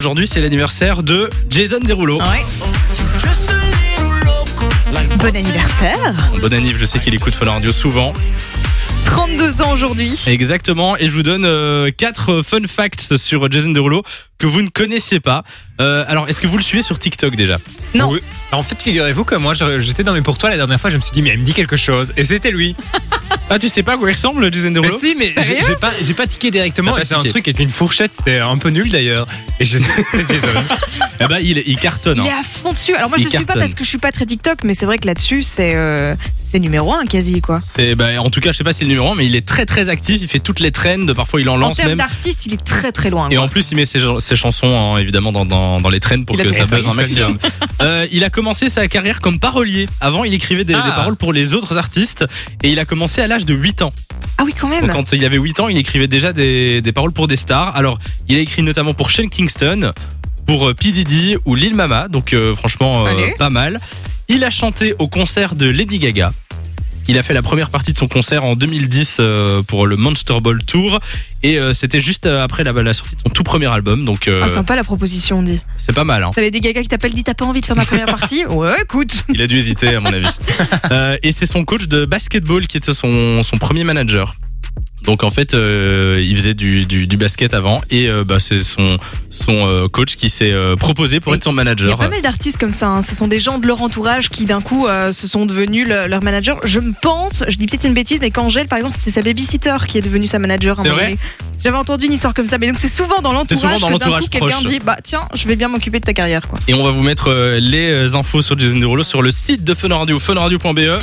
Aujourd'hui, c'est l'anniversaire de Jason Derulo. Ouais. Bon anniversaire. Bon anniv, je sais qu'il écoute Fun Radio souvent. 32 ans aujourd'hui. Exactement, et je vous donne 4 fun facts sur euh, Jason Derulo que vous ne connaissiez pas. Euh, alors, est-ce que vous le suivez sur TikTok déjà Non. Oui. En fait, figurez-vous que moi, je- j'étais dans mes pour toi la dernière fois, je me suis dit, mais elle me dit quelque chose. Et c'était lui. Ah, tu sais pas à quoi il ressemble, Jason Mais Derulo Bah, si, mais j'ai j'ai pas, j'ai pas tiqué directement. T'as pas et C'est un tiqué. truc avec une fourchette, c'était un peu nul d'ailleurs. Et je- c'était Jason. Eh ben, il, il cartonne. hein. Il est à fond dessus. Alors moi je Il ne suis pas cartonne. parce que je suis pas très TikTok, mais c'est vrai que là-dessus c'est euh, c'est numéro un quasi quoi. C'est, bah, en tout cas, je sais pas si c'est le numéro 1, mais il est très très actif, il fait toutes les trends, parfois il en En lance termes même. d'artiste, il est très très loin. Et hein, quoi. en plus, il met ses, ses chansons hein, évidemment dans, dans, dans les trends pour Il a que tout ça essayé, buzz un ça, c'est maximum. Euh, il a commencé sa carrière comme parolier. Avant, il écrivait des, Ah. des paroles pour les autres artistes et il a commencé à l'âge de 8 ans. Ah oui quand même. Donc, quand il avait 8 ans, il écrivait déjà des, des paroles pour des stars. Alors, il a écrit notamment pour Shane Kingston, pour euh, P. Diddy ou Lil Mama. Donc, euh, franchement, euh, Allez. pas mal. Il a chanté au concert de Lady Gaga. Il a fait la première partie de son concert en 2010 euh, pour le Monster Ball Tour. Et euh, c'était juste euh, après la, la sortie de son tout premier album. Donc, euh, Ah, sympa la proposition on dit. c'est pas mal. Hein. T'as les des gaga qui t'appellent dit t'as pas envie de faire ma première partie Ouais écoute. Il a dû hésiter, à mon avis. Euh, et c'est son coach de basketball qui était son, son premier manager. Donc en fait, euh, il faisait du, du, du basket avant et euh, bah, c'est son, son euh, coach qui s'est euh, proposé pour Et être son Il y a manager. pas mal d'artistes comme ça. hein. Ce sont des gens de leur entourage qui d'un coup euh, se sont devenus le- leur manager. Je me pense, je dis peut-être une bêtise, mais qu'Angèle par exemple c'était sa babysitter qui est devenue sa manager. à un C'est moment vrai donné. J'avais entendu une histoire comme ça, mais donc c'est souvent dans C'est souvent l'entourage dans que d'un l'entourage coup quelqu'un proche. dit bah tiens je vais bien m'occuper de ta carrière quoi. euh, Et on va vous mettre euh, les infos sur Jason Derulo sur le site de Fun Radio, funradio.be.